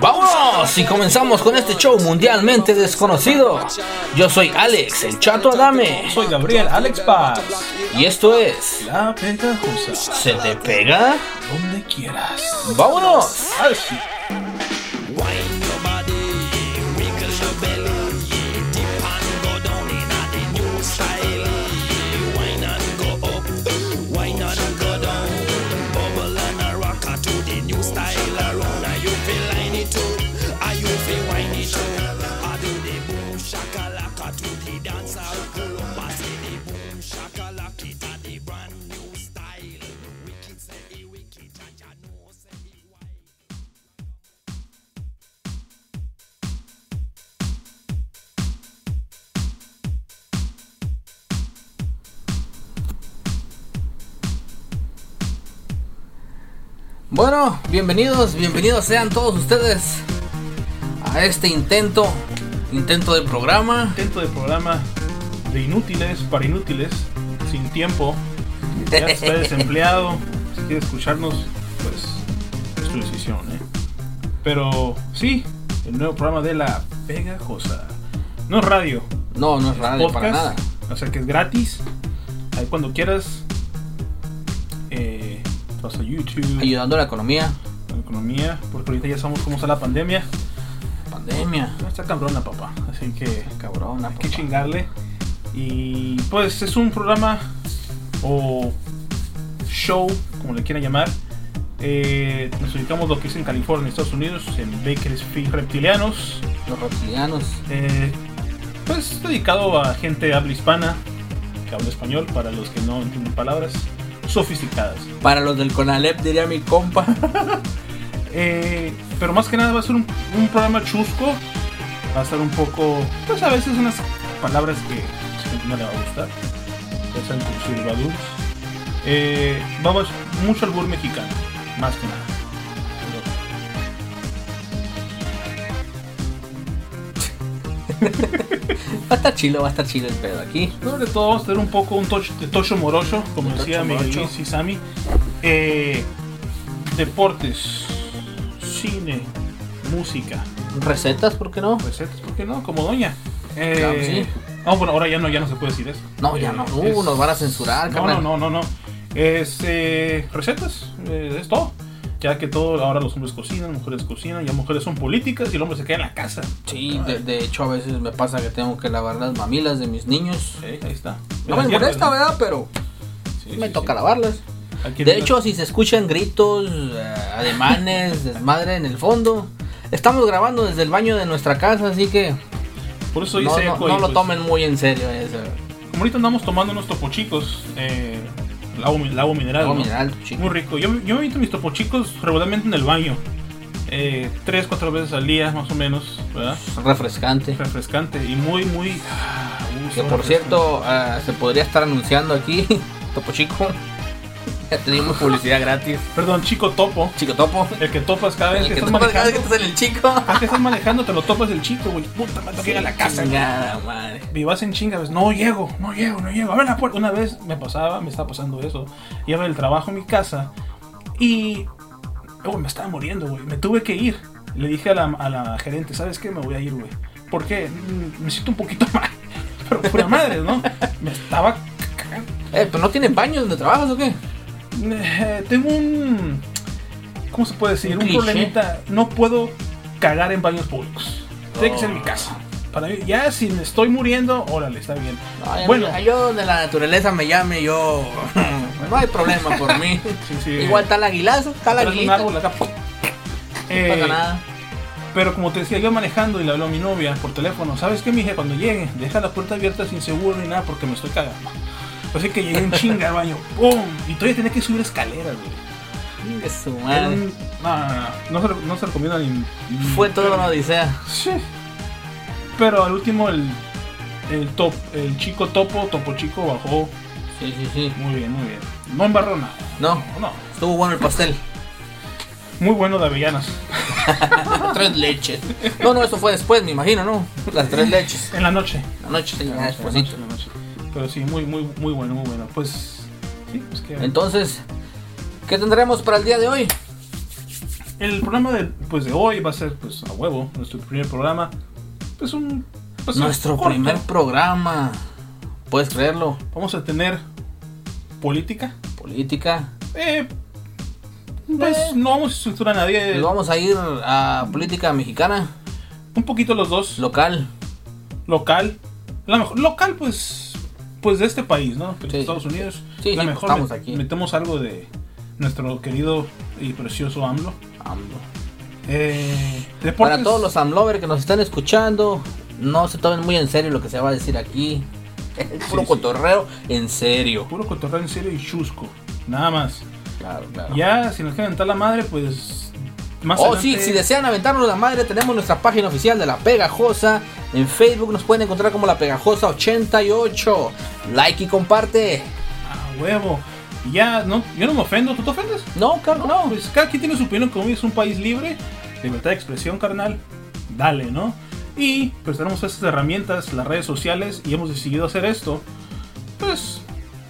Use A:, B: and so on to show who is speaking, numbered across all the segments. A: ¡Vámonos! Y comenzamos con este show mundialmente desconocido. Yo soy Alex, el chato Adame.
B: Soy Gabriel Alex Paz.
A: Y esto es.
B: La pegajosa.
A: ¿Se te pega?
B: Donde quieras.
A: ¡Vámonos!
B: Así.
C: Wine your body, wiggle your belly, dip and go down in a the new style. Wine and go up, wine and go down, bubble and a rocker to the new style around. Are you feel line it up? Are you feel wine it up? I do the boom shakalaka to the dancer. Pull up and say the boom shakalaka it a the brand new style. Wicked say he wicked, and you know say he wild.
A: Bueno, bienvenidos, bienvenidos sean todos ustedes a este intento, intento de programa.
B: Intento de programa de inútiles para inútiles. Sin tiempo. Ya está desempleado. Si quiere escucharnos, pues es tu decisión, ¿eh? Pero sí, el nuevo programa de La Pegajosa. No es radio,
A: No, no es radio para nada.
B: podcast, O sea que es gratis. Ahí cuando quieras. Eh, te vas a YouTube.
A: Ayudando a la economía,
B: la economía. Porque ahorita ya sabemos cómo está la pandemia.
A: pandemia,
B: No está cabrona, papá. Así que
A: cabrona.
B: hay que
A: papá.
B: chingarle. Y pues es un programa o show, como le quieran llamar. Eh, nos ubicamos lo que es en California, Estados Unidos, en Bakersfield Reptilianos.
A: Los reptilianos.
B: Eh, pues dedicado a gente de habla hispana, que habla español, para los que no entienden palabras sofisticadas.
A: Para los del Conalep diría mi compa.
B: Eh, pero más que nada va a ser un, un programa chusco, va a ser un poco, pues a veces unas palabras que a gente no le va a gustar, ya sean cursiva badurs. Eh, vamos mucho albur mexicano, más que nada.
A: Va a estar chilo, va a estar chilo el pedo aquí.
B: Pero sobre todo vamos a tener un poco un tocho, de tocho morocho, como
A: Un tocho
B: decía Miguel
A: morocho.
B: Luis y Sammy. Eh, deportes, cine, música,
A: Recetas, ¿por qué no?
B: recetas, Pues ¿por qué no? Como doña. Eh,
A: Claro que sí.
B: ah, bueno, ahora ya no, ya no se puede decir eso.
A: No, ya
B: Eh,
A: no.
B: es-
A: Uh, nos van a censurar,
B: No, no,
A: cabrón.
B: no, no, no. Es eh, recetas, eh, es todo. Ya que todo, ahora los hombres cocinan, mujeres cocinan, ya mujeres son políticas y el hombre se queda en la casa.
A: Sí, de, de hecho a veces me pasa que tengo que lavar las mamilas de mis niños.
B: Eh, ahí está.
A: No me molesta, ¿verdad? Pero me toca lavarlas. De hecho, si se escuchan gritos, eh, ademanes, desmadre en el fondo, estamos grabando desde el baño de nuestra casa, así que
B: por eso
A: no,
B: hice
A: no-
B: eco y,
A: no lo
B: pues,
A: tomen muy en serio. Eso.
B: Como ahorita andamos tomando unos topochicos, eh, el agua, mi- el agua mineral.
A: Agua
B: Ah, ¿no?
A: mineral, chico.
B: Muy rico. Yo, yo me invito mis topochicos regularmente en el baño. Eh, tres, cuatro veces al día, más o menos, ¿verdad?
A: Refrescante.
B: Refrescante y muy, muy. ah, gusto,
A: Que por
B: refrescante.
A: cierto, ah, se podría estar anunciando aquí, Topo Chico. Ya tenemos publicidad gratis.
B: Perdón, chico topo.
A: Chico Topo.
B: El que topas cada
A: El
B: vez Eh, que,
A: que
B: estás
A: topa cada vez que
B: manejando.
A: estás en el chico.
B: Cada que estás manejando te lo topas el chico, güey. Puta, me llega a la casa. güey.
A: Chingada madre.
B: Y vas en chinga, ves, no llego, no llego, no llego. A ver la puerta. Una vez me pasaba, me estaba pasando eso. Iba del trabajo a mi casa y güey, me estaba muriendo, güey. Me tuve que ir. Le dije a la, a la gerente, ¿sabes qué? Me voy a ir, güey. Porque mm, me siento un poquito mal. Pero pura madre, ¿no? Me estaba cagando.
A: Eh, pero no tienen baño donde trabajas o qué?
B: Eh, tengo un. ¿Cómo se puede decir?
A: Un
B: Un,
A: cliché.
B: problemita. No puedo cagar en baños públicos. Tiene que ser en mi
A: Oh.
B: casa. Para mí, ya si me estoy muriendo, órale, está bien.
A: No,
B: bueno,
A: bueno, yo donde la naturaleza me llame, yo. No hay problema por mí.
B: sí, sí.
A: Igual está el aguilazo, está la
B: Atrás de un
A: aguilita.
B: árbol acá, ¡pum!
A: No pasa
B: Eh,
A: nada.
B: Pero como te decía, yo manejando y le habló a mi novia por teléfono. ¿Sabes qué, mija? Cuando llegue, deja la puerta abierta sin seguro ni nada porque me estoy cagando. Así que llegué en chinga al baño. ¡Pum! Y todavía tenía que subir escaleras, güey.
A: Chingue su
B: Era
A: madre.
B: un- No, no, no. No se, no se recomienda ni. ni-
A: eh. Fue todo una odisea.
B: Sí. Pero al último el, el top, el chico topo, topo chico bajó
A: Sí, sí, sí.
B: muy bien, muy bien. No embarró nada.
A: No,
B: No.
A: estuvo bueno el pastel.
B: Muy bueno de avellanas.
A: tres leches. No, no, eso fue después, me imagino, ¿no? Las tres leches.
B: En la noche.
A: La noche, sí, ya
B: En la
A: despuesito.
B: noche, en la noche. Pero sí, muy, muy, muy bueno, muy bueno. Pues. Sí, pues que.
A: Entonces, ¿qué tendremos para el día de hoy?
B: el programa de, pues, de hoy va a ser, pues, a huevo, nuestro primer programa. Pues un... pues,
A: Nuestro
B: corto.
A: primer programa. Puedes creerlo.
B: Vamos a tener política.
A: Política.
B: Eh, pues
A: Eh.
B: no vamos a estructurar a nadie.
A: Nos vamos a ir a política mexicana,
B: Un poquito los dos.
A: local.
B: local. La mejor, local, pues. Pues de este país, ¿no? Pues,
A: Sí.
B: Estados Unidos.
A: Sí,
B: la
A: sí,
B: mejor
A: estamos
B: met-
A: aquí.
B: Metemos algo de nuestro querido y precioso AMLO.
A: AMLO.
B: Eh, deportes.
A: Para todos los amlovers que nos están escuchando, no se tomen muy en serio lo que se va a decir aquí. Es puro
B: sí.
A: cotorreo, en serio.
B: Puro cotorreo en serio y chusco. Nada más.
A: Claro, claro.
B: Ya, si nos quieren aventar la madre, pues. Más
A: Oh, sí,
B: adelante-
A: si desean aventarnos la madre, tenemos nuestra página oficial de La Pegajosa. En Facebook nos pueden encontrar como La Pegajosa88. Like y comparte.
B: A huevo. Ya, no, yo no me ofendo, ¿tú te ofendes?
A: No, claro, que no.
B: Pues cada quien tiene su opinión, como es un país libre, libertad de expresión, carnal, dale, ¿no? Y pues tenemos estas herramientas, las redes sociales, y hemos decidido hacer esto, pues,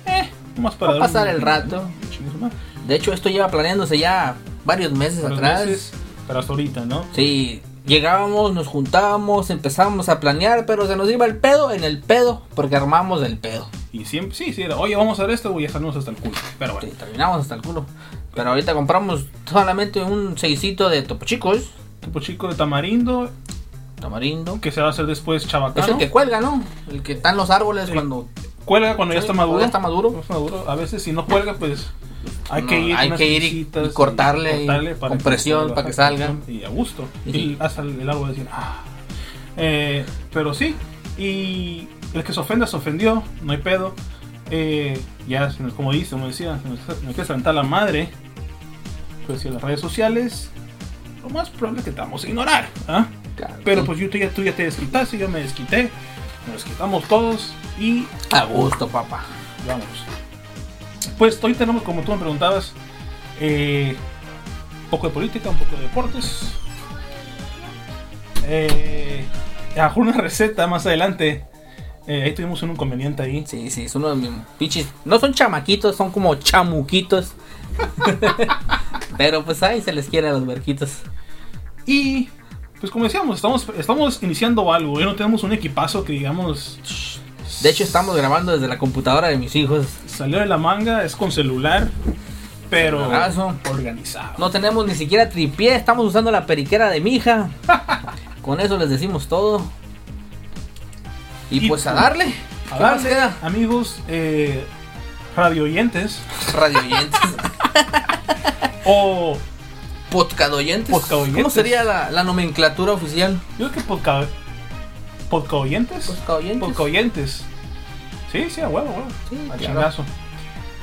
B: eh, más para...
A: Pa'
B: dar
A: pasar el rato.
B: Chingue su madre.
A: De hecho, esto lleva planeándose ya varios meses
B: Pero
A: atrás.
B: entonces, Pero hasta ahorita, ¿no?
A: Sí, llegábamos, nos juntábamos, empezábamos a planear, pero se nos iba el pedo en el pedo, porque armamos el pedo.
B: Y siempre, sí, sí, era, oye, vamos a hacer esto, güey, ya salimos hasta el culo. Pero
A: Sí,
B: bueno,
A: terminamos hasta el culo. Pero ahorita compramos solamente un seisito de topo chicos,
B: tipo chico de tamarindo,
A: tamarindo.
B: que se va a hacer después
A: Es
B: chabacano.
A: el que cuelga, ¿no? El que está en los árboles
B: Ah, Sí.
A: cuando
B: Cuelga cuando ya
A: Sí,
B: está
A: cuando
B: maduro.
A: ya está maduro.
B: Cuando está maduro. A veces si no cuelga, pues hay que
A: No,
B: ir,
A: hay
B: unas
A: que ir y-
B: pincitas
A: y cortarle, y con presión,
B: baje
A: para que
B: la
A: salga.
B: presión Y a gusto.
A: Y
B: Y
A: sí.
B: hasta el el árbol decir, "Ah". Eh, pero sí, y el que se ofenda, se ofendió, no hay pedo. Eh, ya, se nos- como dice, como decía, se nos, se nos quiere levantar la madre. Pues en las redes sociales, lo más probable es que te vamos a ignorar. ¿ah? Pero pues yo, tú, ya, tú ya te desquitaste, yo me desquité. Nos desquitamos todos y
A: a gusto, papá.
B: Vamos. Pues hoy tenemos, como tú me preguntabas, eh, un poco de política, un poco de deportes. Eh, a lo mejor una receta más adelante. Eh, ahí tuvimos un inconveniente ahí.
A: Sí, sí, es uno de mis pinches. No son chamaquitos, son como chamuquitos. pero pues ahí se les quiere a los verquitos.
B: Y pues como decíamos, estamos, estamos iniciando algo. Hoy no tenemos un equipazo que digamos
A: De hecho, estamos grabando desde la computadora de mis hijos.
B: salió de la manga, es con celular, pero
A: Celularazo.
B: organizado.
A: No tenemos ni siquiera tripié, estamos usando la periquera de mi hija. Con eso les decimos todo. Y,
B: Y
A: pues a
B: pues,
A: darle. ¿Qué más
B: Adelante,
A: queda?
B: amigos, eh, radio oyentes
A: Radio oyentes.
B: o
A: Podcast oyentes.
B: Podcast
A: ¿Cómo
B: oyentes.
A: sería la, la nomenclatura oficial?
B: Yo creo que podca... podcaoyentes.
A: Podcast oyentes.
B: Podcaoyentes. Sí, sí, a huevo, a huevo.
A: Sí,
B: A
A: claro.
B: chingazo.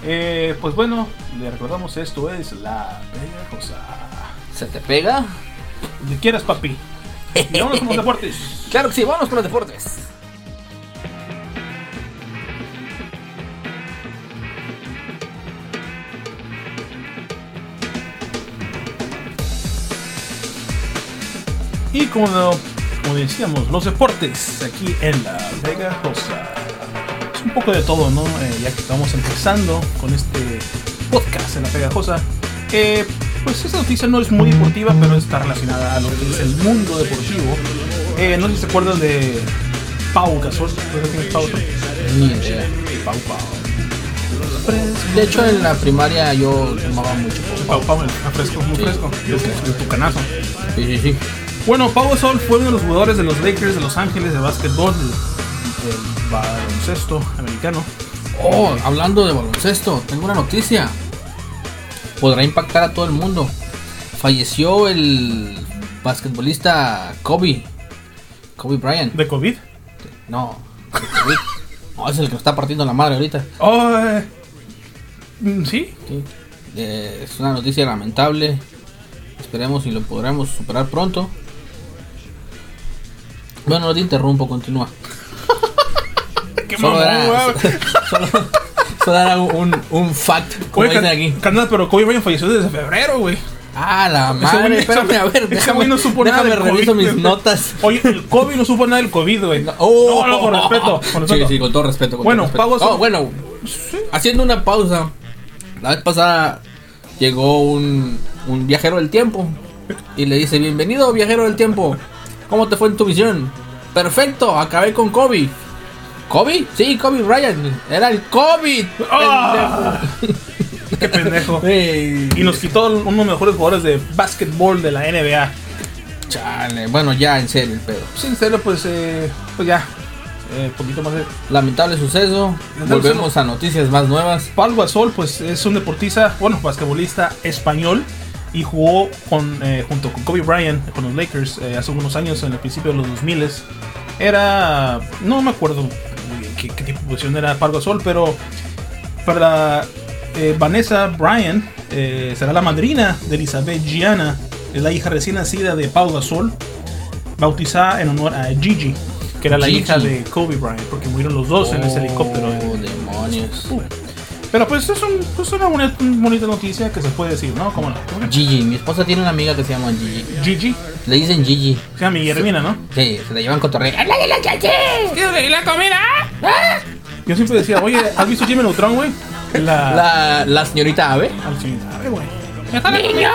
B: Eh, pues bueno, le recordamos esto es la bella cosa.
A: ¿Se te pega?
B: Donde quieras, papi. Y vámonos con los deportes.
A: Claro que sí, vamos con los deportes.
B: Y como, como decíamos, los deportes aquí en la bella cosa. Es un poco de todo, ¿no? Eh, ya que estamos empezando con este podcast en la pegajosa. Eh, pues esta noticia no es muy deportiva, pero está relacionada a lo que es el mundo deportivo. Eh, no sé si se acuerdan de Pau Gasol. ¿Recuerdan quién es Pau Gasol?
A: Ni idea.
B: Pau
A: De hecho, en la primaria yo tomaba mucho.
B: Pau. Pau Pau, el fresco, muy
A: Sí.
B: fresco. El tucanazo.
A: Sí, sí, sí.
B: Bueno, Pau Gasol fue uno de los jugadores de los Lakers de Los Ángeles de básquetbol, del del baloncesto americano.
A: Oh, hablando de baloncesto, tengo una noticia. Podrá impactar a todo el mundo. Falleció el basquetbolista Kobe. Kobe Bryant.
B: ¿De COVID?
A: No. Kobe. No, es el que nos está partiendo la madre ahorita.
B: Oh, eh, mm, sí.
A: Sí. Eh, es una noticia lamentable. Esperemos y lo podremos superar pronto. Bueno, no te interrumpo, continúa.
B: Qué
A: Solo
B: mamón,
A: era,
B: güey.
A: solo, solo era un, un fact, como
B: Oye,
A: dicen
B: can-
A: aquí.
B: carnal, pero Kobe Bryant falleció desde febrero, güey.
A: Ah, la
B: güey-
A: madre, espérame,
B: ese-
A: a ver,
B: ese güey
A: déjame,
B: no supo nada
A: déjame
B: del
A: reviso
B: COVID,
A: mis
B: güey.
A: notas. Oh.
B: Oye, el Kobe no supo nada del COVID, güey. no, no, con respeto, con respeto.
A: Sí, sí, con todo respeto. con
B: Bueno,
A: todo respeto.
B: Pau Gasol-
A: Oh, bueno, haciendo una pausa, la vez pasada llegó un, un viajero del tiempo y le dice, bienvenido viajero del tiempo, ¿cómo te fue en tu misión? Perfecto, acabé con Kobe. ¿Kobe? Sí, Kobe Bryant, era el COVID.
B: ¡Ah! ¡Qué pendejo!
A: Ey,
B: Y nos quitó uno de los mejores jugadores de básquetbol de la NBA.
A: chale, bueno, ya en serio el pedo.
B: Sin serio, pues, eh, pues ya. Eh, poquito más de
A: Lamentable suceso,
B: Lamentable
A: volvemos a noticias más nuevas.
B: Pablo Gasol, pues es un deportista, bueno, basquetbolista español y jugó con, eh, junto con Kobe Bryant con los Lakers eh, hace unos años, en el principio de los 2000. Era, no me acuerdo muy bien qué, qué tipo de posición era Pablo Gasol, pero para eh, Vanessa Bryant eh, será la madrina de Elizabeth Gianna, es la hija recién nacida de Pablo Gasol, bautizada en honor a Gigi, que era la
A: Gigi.
B: hija de Kobe Bryant, porque murieron los dos en ese helicóptero. eh.
A: Oh, demonios.
B: Pero pues es un, pues una bonita, bonita noticia que se puede decir, ¿no? Como no.
A: Gigi, mi esposa tiene una amiga que se llama Gigi.
B: Gigi,
A: Le dicen Gigi.
B: se llama Guillermina, ¿no?
A: Sí, se la llevan cotorreo. ¡Habla de la Gigi!
B: ah?
A: ¿Ah?
B: Yo siempre decía, oye, ¿has visto Jimmy Neutron, güey? La...
A: La, la señorita Ave.
B: Al fin, sabe, güey.
A: ¡Niños!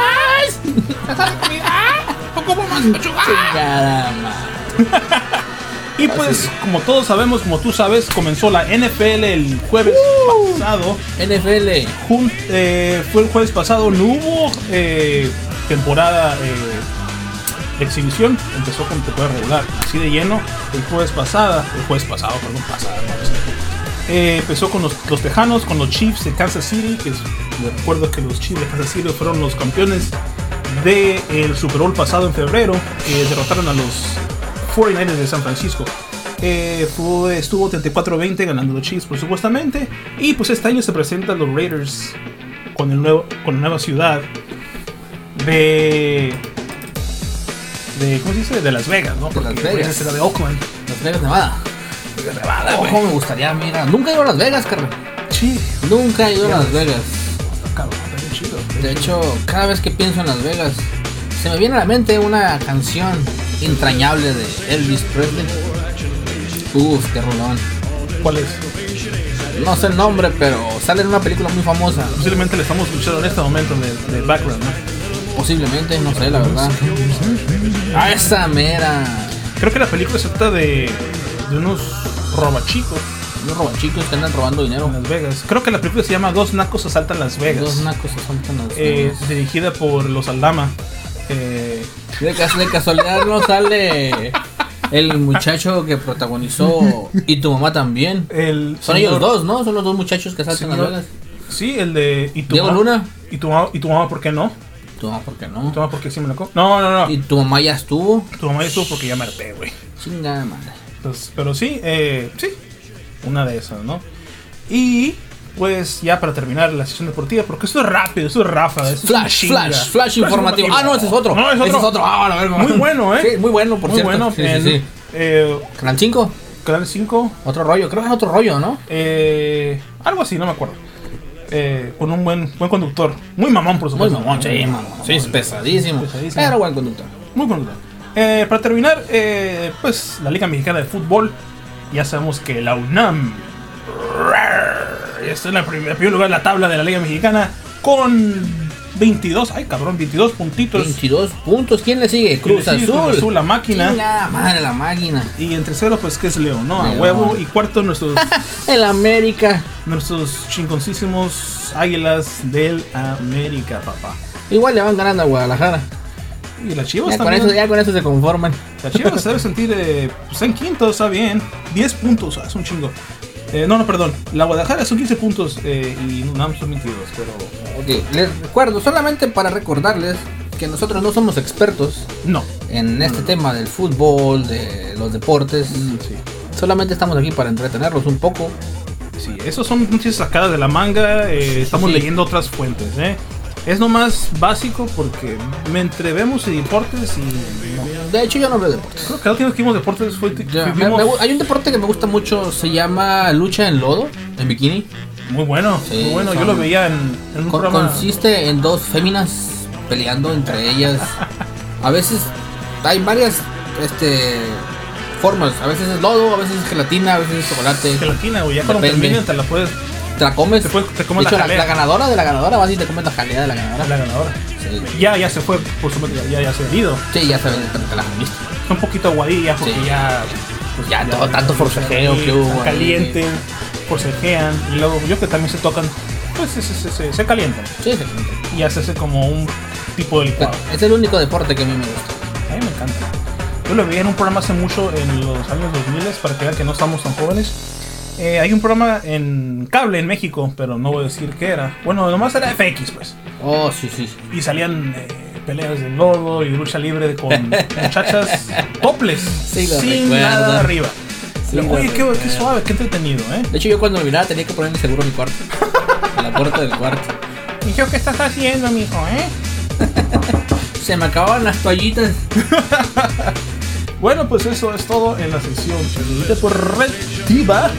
A: Chingada madre.
B: Y pues, como todos sabemos, como tú sabes, comenzó la NFL el jueves pasado.
A: NFL.
B: Jun- eh, fue el jueves pasado, no hubo eh, temporada eh, de exhibición, empezó con temporada regular, así de lleno, el jueves pasada, el jueves pasado, perdón, pasada, no sé. Eh, empezó con los, los Tejanos, con los Chiefs de Kansas City, que es- recuerdo que los Chiefs de Kansas City fueron los campeones del Super Bowl pasado en febrero, que derrotaron a los 49ers de San Francisco. Eh, fue- estuvo 34-20 ganando los Chiefs, por supuestamente. Y pues este año se presentan los Raiders con, el nuevo, con la nueva ciudad de, de. ¿Cómo se dice? De Las Vegas, ¿no? Porque
A: Las Vegas.
B: Raiders era de Oakland.
A: Las Vegas, Nevada. Ojo, me gustaría, mira. Nunca he ido a Las Vegas, carnal.
B: Sí,
A: Nunca he ido a Las Vegas.
B: cabrón, está bien chido.
A: De hecho, cada vez que pienso en Las Vegas, se me viene a la mente una canción entrañable de Elvis Presley. Uf, qué rolón.
B: ¿Cuál es?
A: No sé el nombre, pero sale en una película muy famosa.
B: Posiblemente le estamos escuchando en este momento de, de background, ¿no?
A: Posiblemente, no sé, la verdad. A esa mera.
B: Creo que la película se trata de, de unos robachicos
A: Unos robachicos que andan robando dinero.
B: en Las Vegas. Creo que la película se llama Dos Nacos Asaltan Las Vegas.
A: Dos nacos asaltan a las
B: eh,
A: niñas.
B: dirigida por los Aldama. Eh,
A: De, cas- de casualidad no sale el muchacho que protagonizó y tu mamá también.
B: el
A: Son
B: señor-
A: ellos dos, ¿no? Son los dos muchachos que saltan a las
B: señor-
A: velas.
B: Sí, el de. ¿Y tu
A: Diego
B: mamá?
A: Luna.
B: ¿Y tu, mamá- ¿Y tu mamá por qué no?
A: Tu mamá, ¿por qué
B: ¿Tu
A: no?
B: mamá por qué sí me la co- No, no, no.
A: Y tu mamá ya estuvo.
B: Tu mamá estuvo porque ya me harté, güey.
A: Chingada madre.
B: Pues, pero sí, eh, sí, una de esas, ¿no? Y pues ya para terminar la sesión deportiva, porque esto es rápido, esto es ráfaga. esto es una
A: Flash,
B: chinga.
A: flash, flash informativo. Ah, no, ese es otro.
B: No, es otro.
A: Ese es otro. Ah, la verga.
B: Muy bueno, ¿eh?
A: Sí, muy bueno, por
B: Muy
A: cierto.
B: bueno.
A: Sí, sí,
B: en,
A: sí.
B: eh,
A: Canal 5,
B: Canal 5,
A: otro rollo. Creo que es otro rollo, ¿no?
B: eh, algo así, no me acuerdo. Eh, con un buen, buen conductor. Muy mamón, por
A: Muy
B: supuesto.
A: mamón, sí, mamón. Sí, es pesadísimo.
B: Pesadísimo.
A: Pero buen conductor.
B: Muy contento. Eh, para terminar, eh, pues la Liga Mexicana de Fútbol, ya sabemos que la UNAM rar, está en el primer, primer lugar de la tabla de la Liga Mexicana con 22, ay cabrón, 22 puntitos.
A: 22 puntos. ¿Quién le sigue? Cruz
B: Sí,
A: Azul.
B: Cruz Azul, la máquina.
A: Chingada madre, la máquina.
B: Y en tercero, pues que es León, ¿no? A
A: León.
B: huevo. Y cuarto, nuestros,
A: El América.
B: nuestros chingoncísimos águilas del América, papá.
A: Igual le van ganando a Guadalajara.
B: Y las chivas
A: Ya con,
B: también.
A: eso, ya con eso se conforman.
B: La Chivas se debe sentir, eh, pues en quinto, está bien. 10 puntos, ah, es un chingo. Eh, no, no, perdón. La Guadalajara son 15 puntos eh, y Unam son 22, pero.
A: Ok, Les recuerdo, solamente para recordarles que nosotros no somos expertos
B: No.
A: en
B: Mm.
A: este tema del fútbol, de los deportes.
B: Sí.
A: Solamente estamos aquí para entretenerlos un poco.
B: Sí, esos son noticias sacadas de la manga. eh, estamos
A: Sí.
B: leyendo otras fuentes, ¿eh? Es nomás básico porque me entrevemos en deportes y. no.
A: De hecho, yo no veo deportes.
B: Creo que la última vez que vimos deportes fue.
A: Ya, me-
B: vimos-
A: me gu- hay un deporte que me gusta mucho, se llama lucha en lodo, en bikini.
B: Muy bueno,
A: Sí,
B: muy bueno. Yo
A: son-
B: lo veía en, en un
A: Con-
B: programa.
A: consiste en dos féminas peleando entre ellas. A veces hay varias este, formas. A veces es lodo, a veces es gelatina, a veces es chocolate.
B: gelatina, güey. Ya cuando
A: Depende.
B: termines te la puedes
A: te la comes.
B: Te puedes- te comes
A: de
B: la
A: hecho, la,
B: jalea.
A: la ganadora de la ganadora, vas y te comes la jalea de la ganadora.
B: La ganadora.
A: Sí,
B: Ya, ya se fue, por supuesto, ya- ya, ya se ha ido.
A: Sí, ya sabes, pero te la comiste.
B: Está un poquito aguadilla porque
A: Sí.
B: ya. pues,
A: Ya todo- tanto forcejeo que hubo
B: están
A: ahí.
B: Caliente, forcejean. Y luego yo que también se tocan. Pues se, se, se, se- se calientan.
A: Sí, sí.
B: Y ya se hace como un tipo de licuado.
A: Es el único deporte que a mí me gusta.
B: A mí me encanta. Yo lo veía en un programa hace mucho, en los años 2000, para que vean que no estamos tan jóvenes. Eh, hay un programa en cable en México, pero no voy a decir qué era. Bueno, nomás era FX, pues.
A: Oh, sí, sí. sí.
B: Y salían eh, peleas de lodo y lucha libre con muchachas toples,
A: Sí, lo
B: sin
A: recuerdo.
B: nada de arriba.
A: Sí,
B: Pero,
A: lo
B: Oye, qué,
A: recuerdo.
B: qué suave, qué entretenido, ¿eh?
A: De hecho, yo cuando lo miraba tenía que poner mi seguro en mi cuarto. En la puerta del cuarto.
B: Y yo, ¿qué estás haciendo, mijo, eh?
A: Se me acababan las toallitas.
B: Bueno, pues eso es todo en la sección deportiva.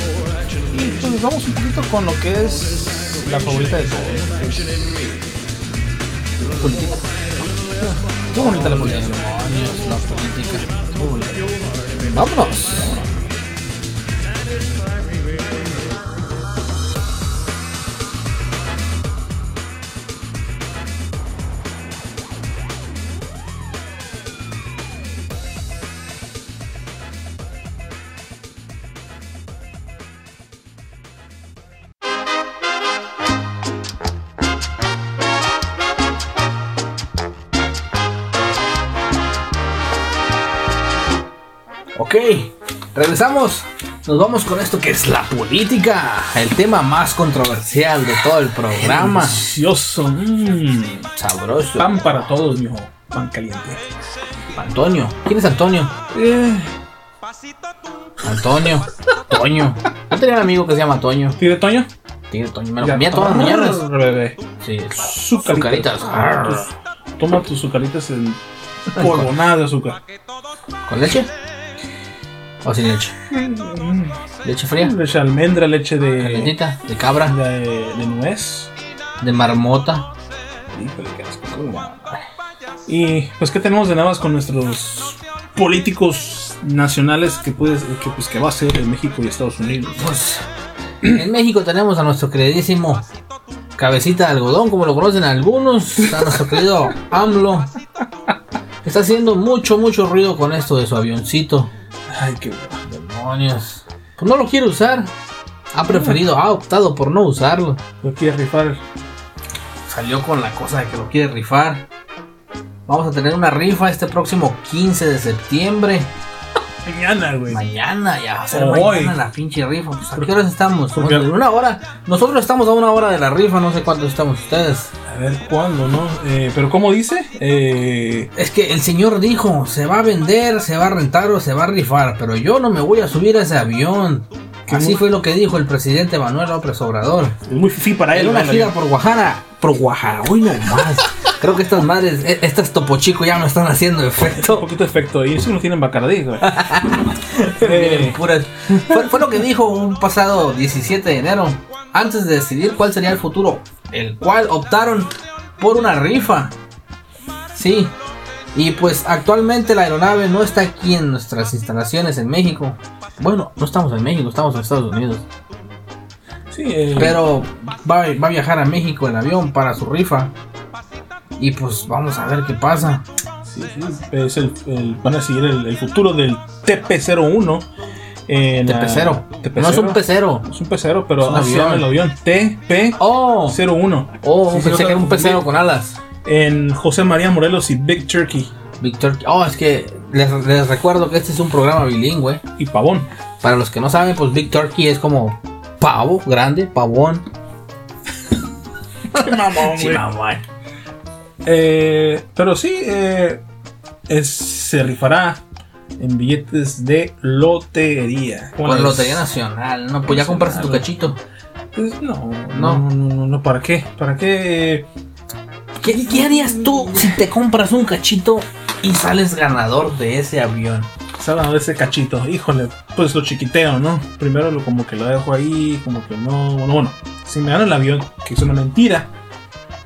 B: Y pues vamos un poquito con lo que es la favorita de todos. que es Política. Qué bonita la política.
A: Demonios, la política.
B: Muy bonita.
A: Vámonos. Ok, regresamos. Nos vamos con esto que es la política. El tema más controversial de todo el programa.
B: Delicioso. mm.
A: Sabroso.
B: Pan para todos, mijo. Pan caliente.
A: Antonio. ¿Quién es Antonio? Antonio. Toño. Yo tenía un amigo que se llama Toño.
B: ¿Tiene Toño?
A: Tiene Toño. Me lo comía todas las mañanas. Sí.
B: Sucaritas.
A: Sucaritas. Arr.
B: Toma tus sucaritas en polvo, nada de azúcar.
A: ¿Con leche? ¿O sin leche? ¿Leche fría?
B: Leche de almendra, leche de,
A: ¿Calentita? ¿De cabra?
B: de, de nuez.
A: ¿De marmota?
B: Híjole, qué asco, cómo va. Y pues qué tenemos de nada más con nuestros políticos nacionales que puedes que pues que va a ser en México y Estados Unidos.
A: Pues, en México tenemos a nuestro queridísimo Cabecita de Algodón, como lo conocen algunos, a nuestro querido AMLO. que Está haciendo mucho, mucho ruido con esto de su avioncito.
B: Ay, qué hueva.
A: Demonios. Pues no lo quiere usar. Ha preferido, ha optado por no usarlo.
B: Lo quiere rifar.
A: Salió con la cosa de que lo quiere rifar. Vamos a tener una rifa este próximo 15 de septiembre.
B: Mañana, güey.
A: Mañana ya va a ser
B: O
A: mañana
B: hoy.
A: la pinche rifa. Pues, ¿A qué horas estamos?
B: Porque-
A: Bueno, en una hora. Nosotros estamos a una hora de la rifa, no sé cuántos estamos ustedes.
B: A ver cuándo, ¿no? Eh, pero ¿cómo dice? Eh,
A: Es que el señor dijo, se va a vender, se va a rentar o se va a rifar, pero yo no me voy a subir a ese avión.
B: Qué
A: Así
B: mu-
A: fue lo que dijo el presidente Manuel López Obrador.
B: es muy fifí para él.
A: En una
B: ¿no?
A: gira por Guajara, por Guajara, hoy nomás. Creo que estas madres, e- estas Topo Chico ya no están haciendo
B: Un
A: efecto.
B: poquito de efecto. Y eso no tienen bacardí, güey.
A: Miren,
B: Eh,
A: puras- Fue, fue lo que dijo un pasado 17 de enero, antes de decidir cuál sería el futuro, el cual optaron por una rifa. Sí, y pues actualmente la aeronave no está aquí en nuestras instalaciones en México. Bueno, no estamos en México, estamos en Estados Unidos.
B: sí, eh,
A: Pero va, va a viajar a México el avión para su rifa. Y pues vamos a ver qué pasa.
B: Sí, sí, es el, el- van a seguir el, el futuro del TP-01. en la-
A: Tepecero.
B: TP-0.
A: No es un pecero.
B: Es un pecero, pero
A: Es un
B: así se llama el avión. TP-01.
A: Oh, oh
B: Sí,
A: pensé
B: sí, no
A: que
B: te
A: era un
B: confundí.
A: pecero con alas.
B: En José María Morelos y Big Turkey.
A: Víctor, oh, es que les, les recuerdo que este es un programa bilingüe.
B: Y Pavón.
A: Para los que no saben, pues Big Turkey es como pavo grande, pavón. Sí, mamón.
B: Eh, pero sí, eh, es- se rifará en billetes de lotería.
A: Por
B: Bueno,
A: Lotería
B: es-
A: Nacional, no, pues ya compraste tu cachito.
B: pues no,
A: No.
B: no, no, no, no, ¿para qué? ¿Para qué?
A: ¿Qué, qué harías tú si te compras un cachito y sales ganador de ese avión?
B: Salado ese cachito, híjole, pues lo chiquiteo, ¿no? Primero lo como que lo dejo ahí, como que no, bueno, bueno, si me dan el avión, que es una mentira,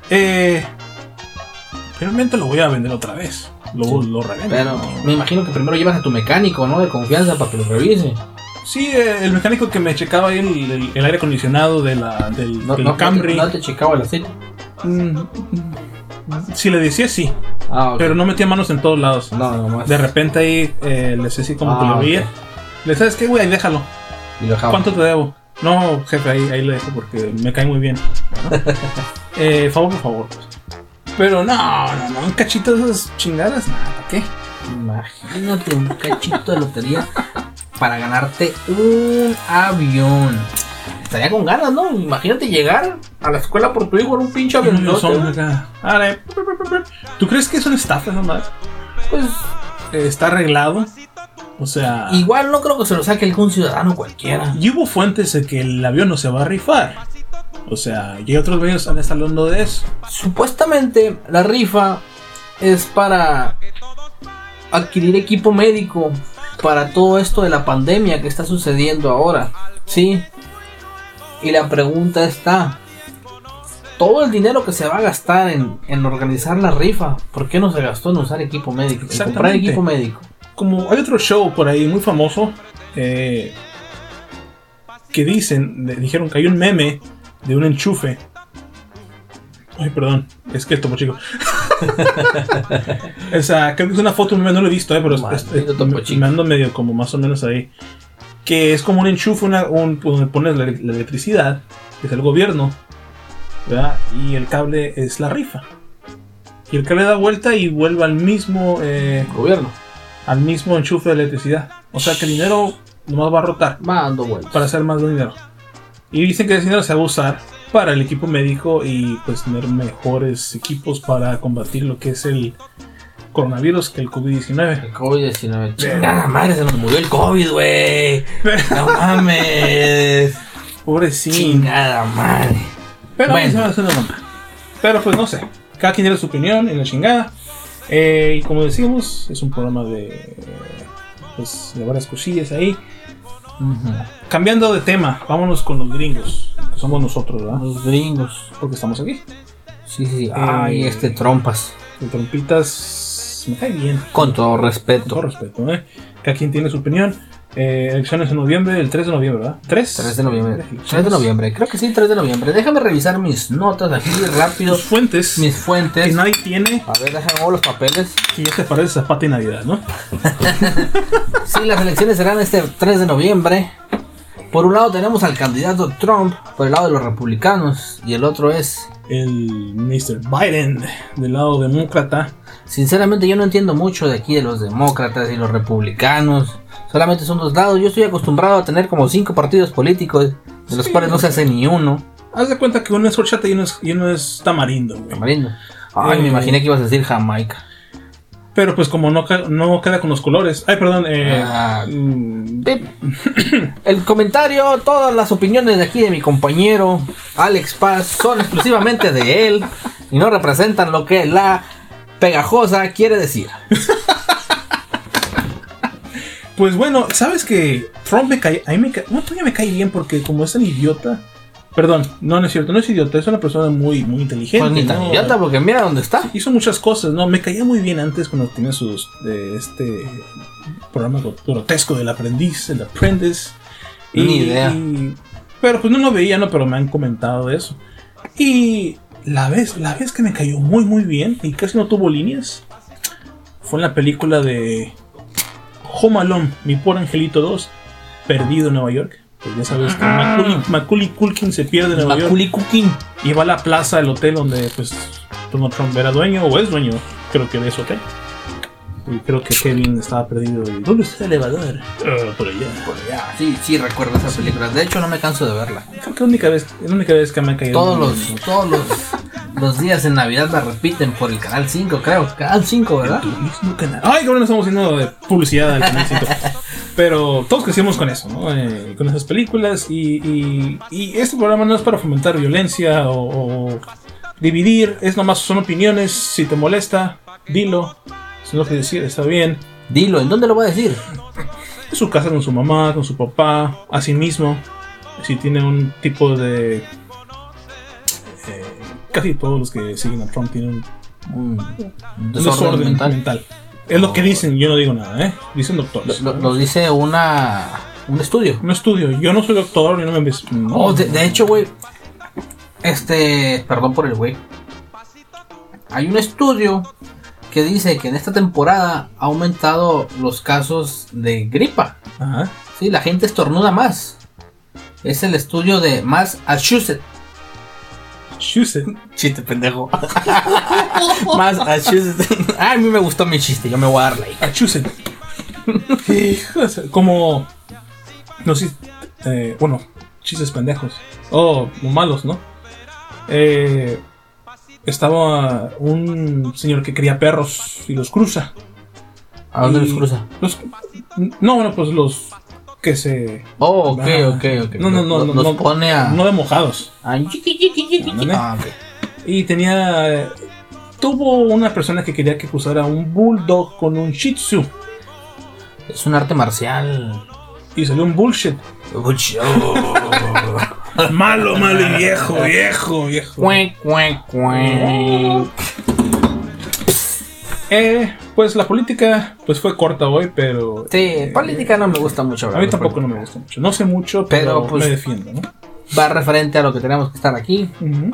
B: eh, realmente lo voy a vender otra vez, lo,
A: Sí.
B: lo revendo.
A: Pero me imagino que primero llevas a tu mecánico, ¿no? De confianza para que lo revise.
B: Sí, eh, el mecánico que me checaba ahí el, el- el aire acondicionado de la, del,
A: No,
B: del
A: no,
B: Camry.
A: no te checaba el aceite.
B: Mm, si le decía sí,
A: Ah, ok.
B: pero no metía manos en todos lados.
A: No, nomás.
B: De repente ahí eh, le sé así como que
A: Ah,
B: lo veía.
A: ok. Ah,
B: Le sabes qué, güey, déjalo.
A: Y lo dejaba.
B: ¿Cuánto te debo? No, jefe, ahí, ahí le dejo porque me cae muy bien. ¿no? Eh, favor por favor. pues. Pero no, no, no, un cachito de esas chingadas, nada, ¿para qué?
A: Imagínate un cachito de lotería para ganarte un avión. Estaría con ganas, ¿no? Imagínate llegar a la escuela por tu hijo en un pinche avión.
B: Los hombres acá. Ahora, ¿Tú crees que es una estafa esa madre?
A: Pues
B: Eh, Está arreglado. O sea.
A: igual no creo que se lo saque algún ciudadano cualquiera.
B: Y hubo fuentes de que el avión no se va a rifar. O sea, y otros medios han estado hablando de eso.
A: Supuestamente la rifa es para adquirir equipo médico para todo esto de la pandemia que está sucediendo ahora. Sí. Y la pregunta está, todo el dinero que se va a gastar en, en organizar la rifa, ¿por qué no se gastó en usar equipo médico? En comprar
B: Exactamente.
A: equipo médico.
B: Como hay otro show por ahí muy famoso eh, que dicen, de- dijeron que hay un meme de un enchufe. Ay, perdón, es que topo chico. o sea, creo que es una foto, un meme, no lo he visto, eh, pero es- es-
A: Maldito Topo
B: me-
A: Chico.
B: me ando medio como más o menos ahí. Que es como un enchufe, una, un, pues, donde pones la, la electricidad, que es el gobierno, ¿verdad? Y el cable es la rifa. Y el cable da vuelta y vuelve al mismo. eh,
A: Gobierno,
B: al mismo enchufe de electricidad. O sea que el dinero nomás va a rotar
A: va dando vueltas.
B: para hacer más dinero. Y dicen que ese dinero se va a usar para el equipo médico y pues tener mejores equipos para combatir lo que es el coronavirus que el COVID-19.
A: El COVID-19. Chingada madre, se nos murió el COVID, güey.
B: Pero-
A: No mames.
B: Pobrecín.
A: Chingada madre.
B: Pero
A: Bueno.
B: a mí se me hace una mamá. Pero pues no sé. Cada quien tiene su opinión en la chingada. Eh, y como decimos, es un programa de, pues, de varias cosillas ahí. Cambiando de tema, vámonos con los gringos. Que somos nosotros, ¿verdad?
A: Los gringos.
B: Porque estamos aquí.
A: Sí, sí, sí. Ay,
B: Eh,
A: este trompas.
B: El trompitas me cae bien,
A: Con todo
B: con todo
A: respeto.
B: respeto, ¿eh? Cada quien tiene su opinión. Eh, elecciones en noviembre, el 3 de noviembre, ¿verdad? 3,
A: 3 de noviembre. 3 de noviembre. Creo que sí, 3 de noviembre. Déjame revisar mis notas aquí rápido.
B: Los fuentes
A: Mis
B: que
A: fuentes.
B: nadie tiene,
A: A ver, déjame ver los papeles.
B: que ya te parece zapata y Navidad, ¿no?
A: Sí, las elecciones serán este 3 de noviembre. Por un lado tenemos al candidato Trump, por el lado de los republicanos, y el otro es
B: El Mr. Biden, del lado demócrata.
A: Sinceramente yo no entiendo mucho de aquí de los demócratas y los republicanos. Solamente son dos lados. Yo estoy acostumbrado a tener como cinco partidos políticos, de los
B: Sí.
A: cuales no se hace ni uno.
B: Haz de cuenta que uno es horchata y uno es, y uno es tamarindo, güey.
A: Tamarindo. Ay,
B: Eh.
A: me imaginé que ibas a decir Jamaica.
B: Pero pues como no, ca- no queda con los colores. Ay, perdón, eh,
A: Ah.
B: mm,
A: Pip. El comentario, todas las opiniones de aquí de mi compañero Alex Paz son exclusivamente de él y no representan lo que la pegajosa quiere decir.
B: Pues bueno, sabes que Trump me cae. A mí me cae. Bueno, todavía me cae bien porque como es tan idiota. Perdón, no, no es cierto, no es idiota, es una persona muy, muy inteligente.
A: Pues ni tan
B: ¿no?
A: idiota porque mira dónde está.
B: Hizo muchas cosas, ¿no? Me caía muy bien antes cuando tenía sus. eh, este programa gro- grotesco del aprendiz, el aprendiz.
A: Ni idea.
B: y- pero pues no lo veía, ¿no? Pero me han comentado de eso. Y la vez, la vez que me cayó muy, muy bien y casi no tuvo líneas fue en la película de Home Alone, Mi Pobre Angelito 2, Perdido en Nueva York. Pues ya sabes que Macaulay, Macaulay Culkin se pierde
A: Pues
B: en Nueva York
A: Maculi Cooking.
B: y va a la plaza del hotel donde pues Donald Trump era dueño o es dueño, creo que de ese hotel. Y creo que Kevin estaba perdido. y, ¿Dónde está el elevador? "Ah, por allá.
A: Pues Sí, sí, recuerdo esas películas. De hecho, no me canso de verla.
B: Creo que la única vez, la única vez que me ha caído.
A: Todos
B: bien.
A: los, todos los, los días en Navidad la repiten por el canal 5, creo. Canal 5, ¿verdad?
B: Tu mismo canal. Ay, que bueno, estamos haciendo de publicidad del canalcito. Pero todos crecimos con eso, ¿no? Eh, con esas películas. Y, y- y este programa no es para fomentar violencia o, o dividir. Es nomás, son opiniones. Si te molesta, dilo. Si no que decir, está bien.
A: Dilo, ¿en dónde lo voy a decir?
B: en su casa con su mamá, con su papá, a sí mismo. Si tiene un tipo de. eh, casi todos los que siguen a Trump tienen un
A: Un
B: desorden, mental. Es lo que dicen, yo no digo nada, ¿eh? Dicen
A: Lo,
B: doctores.
A: lo- lo dice una un estudio.
B: Un estudio. Yo no soy doctor, yo no me. No.
A: Oh, de, de hecho, güey. Este. Perdón por el güey. Hay un estudio que dice que en esta temporada ha aumentado los casos de gripa.
B: Ajá.
A: Sí, la gente estornuda más. Es el estudio de Massachusetts.
B: Schusen.
A: Chiste, pendejo. Massachusetts. Ah, a mí me gustó mi chiste, yo me voy a darle ahí.
B: Achusen. Hijos, como. No sé. eh, bueno, chistes pendejos. O malos, ¿no? Eh, estaba un señor que cría perros y los cruza.
A: ¿A dónde
B: Y
A: los cruza?
B: Los, no, bueno, pues los que se.
A: Oh, ok,
B: Ah.
A: ok, ok.
B: No, no, no,
A: Lo-
B: no,
A: Los
B: no.
A: pone a.
B: No de mojados.
A: a- Ah, ok.
B: Y tenía. Tuvo una persona que quería que cruzara un bulldog con un shih tzu.
A: Es un arte marcial.
B: Y salió un bullshit.
A: Mucho.
B: Malo, malo y viejo, viejo, viejo.
A: Cuec, cuec, cuec.
B: Eh, pues la política pues fue corta hoy, pero.
A: Sí,
B: eh,
A: política no me gusta mucho.
B: A mí tampoco no me gusta mucho. No sé mucho, pero,
A: Pero, pues-
B: me defiendo, ¿no?
A: Va referente a lo que tenemos que estar aquí.
B: Ujú.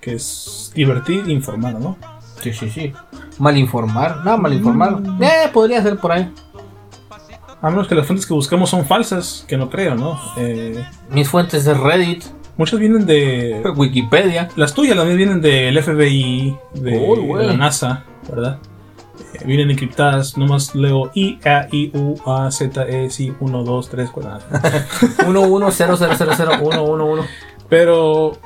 B: Que es divertir e informar, ¿no?
A: Sí, sí, sí. Mal informar. No, mal informar. Eh, podría ser por ahí.
B: A menos que las fuentes que buscamos son falsas, que no creo, ¿no? Eh,
A: Mis fuentes es Reddit,
B: muchas vienen de.
A: Wikipedia.
B: Las tuyas también vienen del FBI, de
A: Oh, güey.
B: la NASA, ¿verdad? Eh, vienen encriptadas, nomás leo I, A, I, U, A, Z, E, C, 1, 2, 3, 4.
A: 11000111.
B: Pero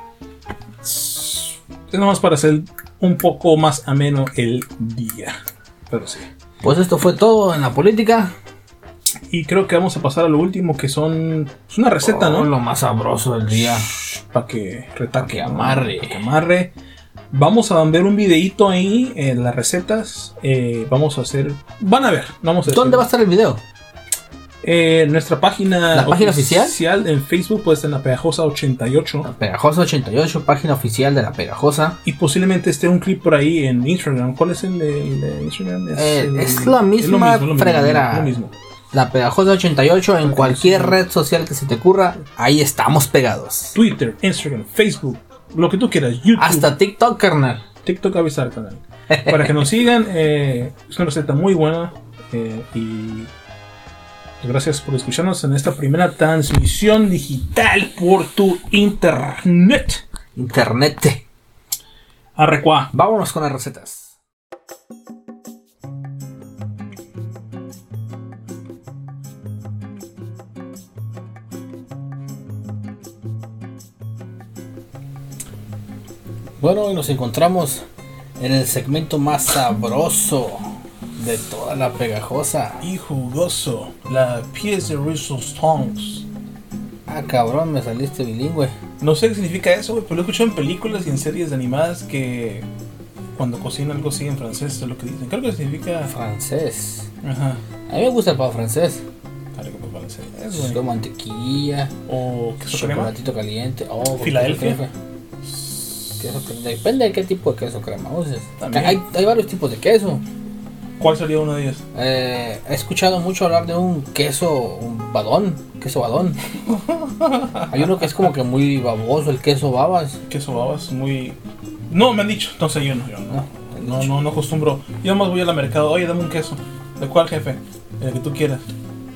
B: es nomás para hacer un poco más ameno el día. Pero sí.
A: Pues esto fue todo en la política.
B: Y creo que vamos a pasar a lo último que son. Es una receta,
A: Oh,
B: ¿no?
A: Lo más sabroso del día.
B: Para que retaque.
A: que
B: ¿no?
A: amarre.
B: Pa' que amarre. Vamos a ver un videito ahí en las recetas. Eh, vamos a hacer. Van a ver. no Vamos a
A: ¿Dónde va a
B: vas?
A: estar el video?
B: nuestra página.
A: ¿La página oficial?
B: En Facebook puede estar en la pegajosa 88.
A: La Pegajosa 88, página oficial de la Pegajosa.
B: Y posiblemente esté un clip por ahí en Instagram. ¿Cuál es el de, el de Instagram?
A: Eh,
B: el-
A: es la
B: lo
A: misma
B: lo
A: fregadera.
B: lo mismo.
A: La Pegajosa 88 en
B: Ok,
A: cualquier
B: sí.
A: red social que se te ocurra, ahí estamos pegados.
B: Twitter, Instagram, Facebook, lo que tú quieras. YouTube,
A: Hasta TikTok, carnal.
B: TikTok, avisar canal. Para que nos sigan, eh, es una receta muy buena. eh, y pues, gracias por escucharnos en esta primera transmisión digital por tu internet.
A: Internet.
B: Arrecuá.
A: Vámonos con las recetas. Bueno, hoy nos encontramos en el segmento más sabroso de toda la pegajosa.
B: Y jugoso, la pieza de Resistance.
A: Ah, cabrón, me saliste bilingüe.
B: No sé qué significa eso, güey, pero lo he escuchado en películas y en series animadas que cuando cocinan algo así en francés es lo que dicen. Creo que significa.
A: Francés.
B: Ajá.
A: A mí me gusta el pavo francés.
B: Para que puedan hacer eso,
A: Con
B: güey.
A: mantequilla,
B: O queso crema.
A: chocolatito caliente. Oh,
B: Filadelfia.
A: queso crema. Queso crema. Depende de qué tipo de queso crema uses.
B: También.
A: Hay, hay varios tipos de queso.
B: ¿Cuál sería uno de ellos?
A: Eh, he escuchado mucho hablar de un queso, un badón, queso badón. hay uno que es como que muy baboso, el queso babas.
B: Queso babas, muy. No, me han dicho. No sé, yo no, yo no.
A: me han
B: No,
A: dicho.
B: no, no acostumbro. Yo nomás voy al mercado. Oye, dame un queso. ¿De cuál, jefe? El que tú quieras.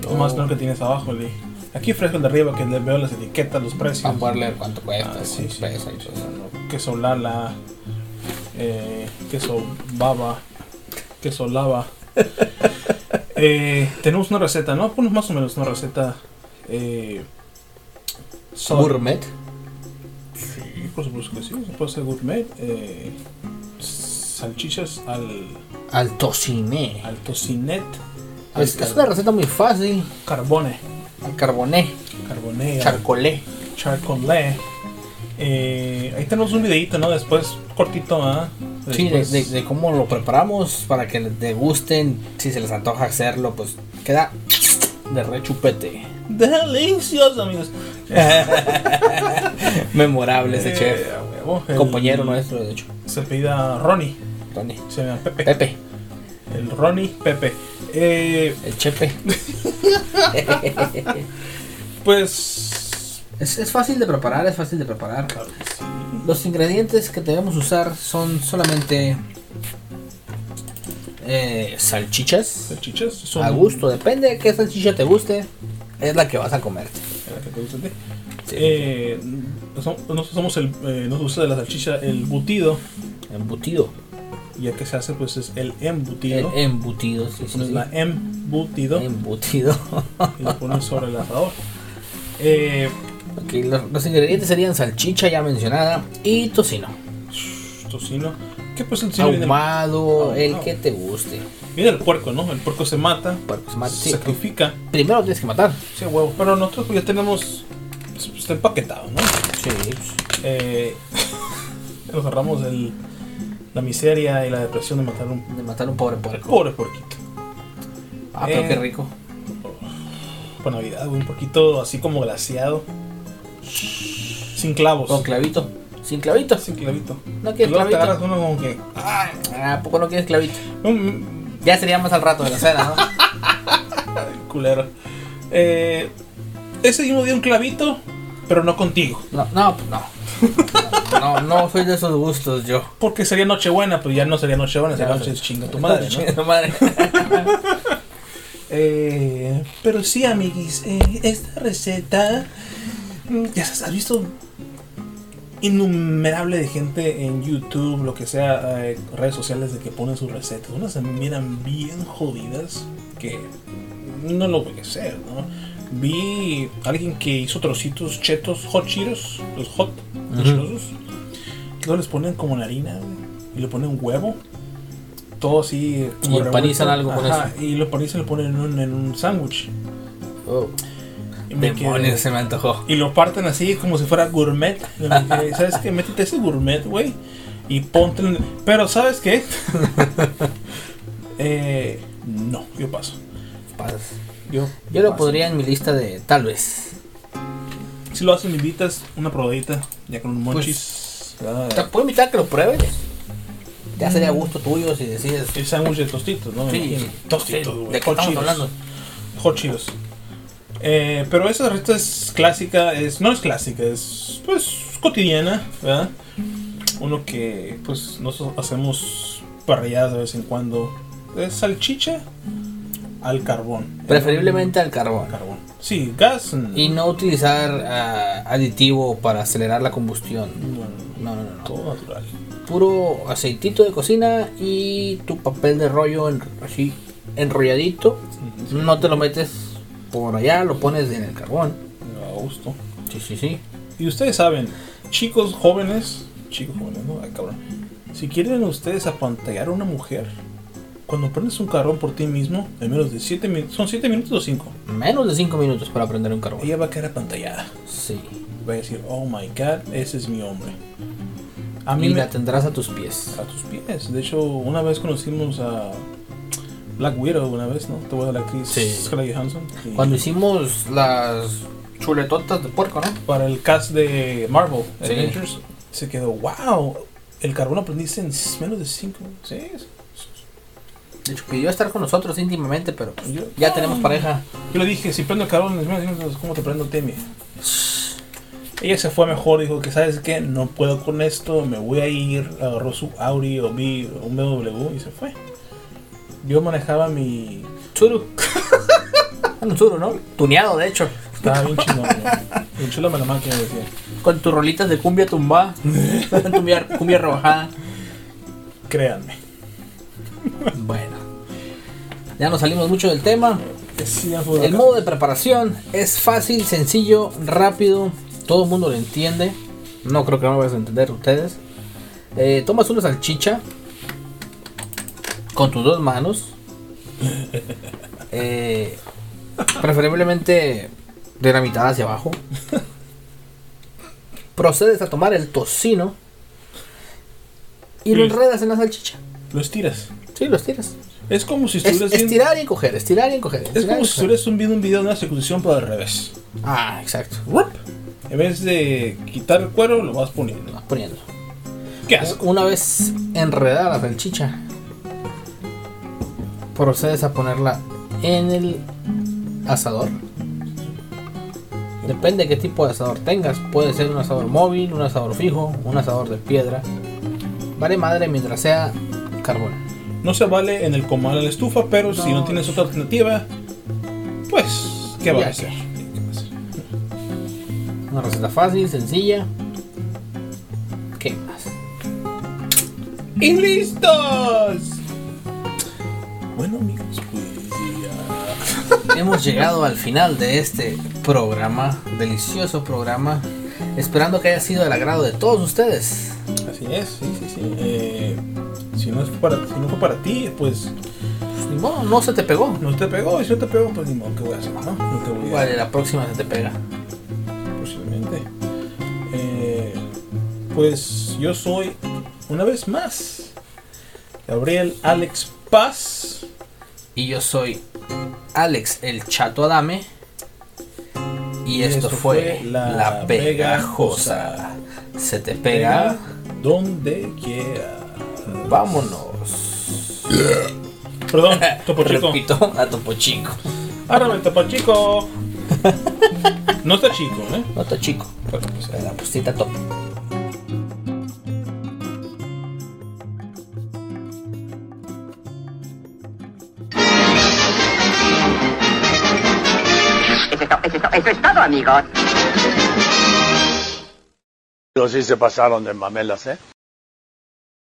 A: No.
B: No más no el que tienes abajo, le dije. Aquí fresco el de arriba que le veo las etiquetas, los precios.
A: Ah, Para poder leer cuánto cuesta,
B: Ah, sí,
A: cuánto
B: sí.
A: pesa y todo eso.
B: queso lala, eh, queso baba, queso lava. Eh, tenemos una receta, ¿no? Ponemos más o menos una receta. Eh, so-
A: Gourmet.
B: Sí, por supuesto que sí, se puede hacer gourmet. eh, salchichas al,
A: Al tociné.
B: al tocinet, al
A: Es, es
B: car-
A: una receta muy fácil.
B: carbone,
A: Al carboné,
B: carbone, al
A: charcolé.
B: charcoalé. Eh, ahí tenemos un videito, ¿no? Después, cortito, ¿ah?
A: Sí, de,
B: Después-
A: de- de cómo lo preparamos para que les degusten, si se les antoja hacerlo, pues queda de rechupete.
B: Delicioso, amigos.
A: Memorable ese chef.
B: Eh, a huevo, el-
A: Compañero nuestro, de hecho,
B: Se apellida Ronnie.
A: Tony.
B: Se llama Pepe.
A: Pepe,
B: El Ronnie Pepe. Eh,
A: el chepe.
B: Pues.
A: Es, es fácil de preparar, es fácil de preparar.
B: claro que sí.
A: Los ingredientes que debemos usar son solamente eh, salchichas.
B: Salchichas son.
A: A gusto, depende de qué salchicha te guste, es la que vas a comerte.
B: Era que te gusta a ti. Eh, nosotros nosotros somos el, eh, nos gusta de la salchicha el butido,
A: Embutido.
B: y el que se hace pues es el embutido.
A: El Eh, embutido, sí, sí,
B: Pones
A: sí. Em-
B: la embutido
A: Embutido.
B: y la pones sobre el asador. Eh,
A: Ok, los, los ingredientes serían salchicha ya mencionada y tocino.
B: pues, tocino. ¿Qué pues el tocino viene,
A: Ahumado,
B: Ahumado.
A: el que te guste.
B: viene el puerco, ¿no? El puerco se mata,
A: Porque es más-
B: se
A: sí,
B: sacrifica.
A: primero lo tienes que matar.
B: Sí, huevo. Pero nosotros pues, ya tenemos. pues, Está empaquetado, ¿no?
A: Sí.
B: Eh, nos ahorramos el, la miseria y la depresión de matar a un
A: De matar un pobre puerco.
B: pobre porquito.
A: Ah, pero
B: Eh.
A: qué rico.
B: Por Navidad, güey, un poquito así como glaciado. Sin clavos.
A: Con clavito. Sin clavito.
B: Sin clavito.
A: No quieres
B: Y luego te agarras
A: clavito.
B: uno como que. mm, ah,
A: Ah, ¿A poco no quieres clavito?
B: un-
A: Ya sería más al rato de la cena, ¿no?
B: un culero. Eh, ese mismo día un clavito, pero no contigo.
A: No, no, pues no. No, no soy de esos gustos yo.
B: Porque sería Nochebuena, pero ya no sería Nochebuena, sería
A: Ya, pues,
B: noche chinga tu
A: No,
B: madre, ¿no?
A: chinga tu madre.
B: Eh, pero sí, amiguis, eh, esta receta mm, ya se- has visto innumerable de gente en YouTube, lo que sea, eh, redes sociales de que ponen sus recetas. Unas se miran bien jodidas que no lo voy a hacer, ¿no? Vi alguien que hizo trocitos chetos hot cheetos, los hot
A: Ujú.
B: cheetos. Luego les ponen como la harina, güey, y le ponen huevo. Todo así. como
A: Y empanizan
B: revuelto.
A: algo con
B: Ajá, Y lo empanizan y lo ponen en un, en un sándwich.
A: Oh,
B: Y me
A: demonios,
B: quedé-
A: se me antojó.
B: Y lo parten así como si fuera gourmet. Y me quedé, ¿Sabes qué? Métete ese gourmet, güey. Y ponte. en- Pero, ¿sabes qué? Eh, no, yo paso.
A: Pasas.
B: Yo,
A: Yo lo
B: paso.
A: podría en mi lista de tal vez.
B: Si lo hacen, me invitas una probadita. Ya con un monchis. Ah,
A: Te puedo invitar a que lo pruebes. Ya sería gusto tuyo si decides.
B: el sándwich de tostitos, ¿no? Me imagino. tostitos,
A: Sí,
B: güey.
A: ¿De qué
B: Hot
A: estamos
B: Cheetos.
A: hablando?
B: Hot Cheetos. Eh, pero esa receta es clásica, es, no es clásica, es pues cotidiana, ¿verdad? Uno que pues nosotros hacemos parrilladas de vez en cuando. Es salchicha al carbón.
A: Preferiblemente al carbón.
B: al carbón. Sí, gas. mm,
A: Y no utilizar ah, aditivo para acelerar la combustión.
B: mm, bueno,
A: No, no, no,
B: todo natural.
A: no. Puro aceitito de cocina y tu papel de rollo en- así enrolladito.
B: Mm,
A: No te lo metes por allá, lo pones en el carbón.
B: A gusto.
A: Sí, sí, sí.
B: Y ustedes saben, chicos jóvenes, chicos jóvenes, ¿no? Ay, cabrón. Si quieren ustedes apantallar a una mujer, cuando prendes un carbón por ti mismo, en menos de 7 minutos, son 7 minutos o 5,
A: Menos de 5 minutos para prender un carbón.
B: ella va a quedar apantallada.
A: Sí.
B: Va a decir, oh my god, ese es mi hombre. A mí
A: Y
B: me...
A: la tendrás a tus pies.
B: A tus pies. De hecho, una vez conocimos a Black Widow, una vez, ¿no? Te voy a la actriz
A: Sí.
B: Scarlett Johansson. Y
A: Cuando hicimos las chuletotas de puerco, ¿no?
B: Para el cast de Marvel
A: Sí.
B: Adventures, se quedó, wow, el carbón aprendiste en menos de 5. Sí, es-
A: De hecho, pidió estar con nosotros íntimamente, pero pues,
B: Yo-
A: ya tenemos pareja.
B: Yo le dije, si prendo el carbón, les voy a decir, ¿cómo te prendo Temi? Ella se fue mejor, dijo que sabes qué, no puedo con esto, me voy a ir, agarró su Audi o B, o un BMW y se fue. Yo manejaba mi...
A: Churu. un churu, ¿no? Tuneado, de hecho.
B: Estaba bien chingón, ¿no? Bien chula me la máquina, decía.
A: Con tus rolitas de cumbia tumbada. cumbia, cumbia rebajada.
B: Créanme.
A: Bueno. Ya nos salimos mucho del tema.
B: Sí, ya fue
A: El
B: acá.
A: modo de preparación es fácil, sencillo, rápido. Todo el mundo lo entiende. No creo que no lo vayan a entender ustedes. Eh, tomas una salchicha con tus dos manos. Eh, preferiblemente de la mitad hacia abajo. Procedes a tomar el tocino y lo
B: Y-
A: enredas en la salchicha.
B: Lo estiras.
A: Sí, lo estiras.
B: Es como si
A: Es,
B: estuvieras viendo...
A: estirar y coger, estirar y coger.
B: Es
A: estirar y
B: como si
A: coger.
B: estuvieras viendo un video de una circuncisión, pero al revés.
A: Ah, exacto.
B: Rup. En vez de quitar el cuero, lo vas poniendo.
A: Vas poniendo.
B: ¿Qué asco?
A: Una vez enredada la salchicha, procedes a ponerla en el asador. Depende de qué tipo de asador tengas. Puede ser un asador móvil, un asador fijo, un asador de piedra. Vale madre mientras sea carbón.
B: No se vale en el comal a la estufa, pero si no tienes otra alternativa, pues, ¿qué vas
A: Ya
B: a hacer? ¿Qué vas a hacer?
A: Una receta fácil, sencilla. ¿Qué más?
B: ¡Y listos! Bueno, amigos, pues ya.
A: Hemos llegado al final de este programa, delicioso programa. Esperando que haya sido del agrado de todos ustedes.
B: Así es, sí, sí, sí. Eh, si, no es para, si no fue para ti, pues
A: Pues, ni modo, no se te pegó.
B: no te pegó. Y si no te pegó, pues ni modo, ¿qué voy a hacer? ¿no? No te voy a
A: Vale, la próxima se te pega.
B: posiblemente. Eh, pues yo soy, una vez más, Gabriel Alex Paz.
A: Y yo soy Alex el Chato Adame. Y, esto, fue La, Pegajosa. Se te pega.
B: donde quiera.
A: Vámonos.
B: Perdón, Topo Chico.
A: Repito a Topo Chico.
B: Árame, Topo Chico. No está chico, ¿eh?
A: No está chico.
B: Pero, pues,
A: La postita topo.
D: Eso es, to- eso es to- eso es todo, amigos.
E: Pero sí se pasaron de mamelas, ¿eh?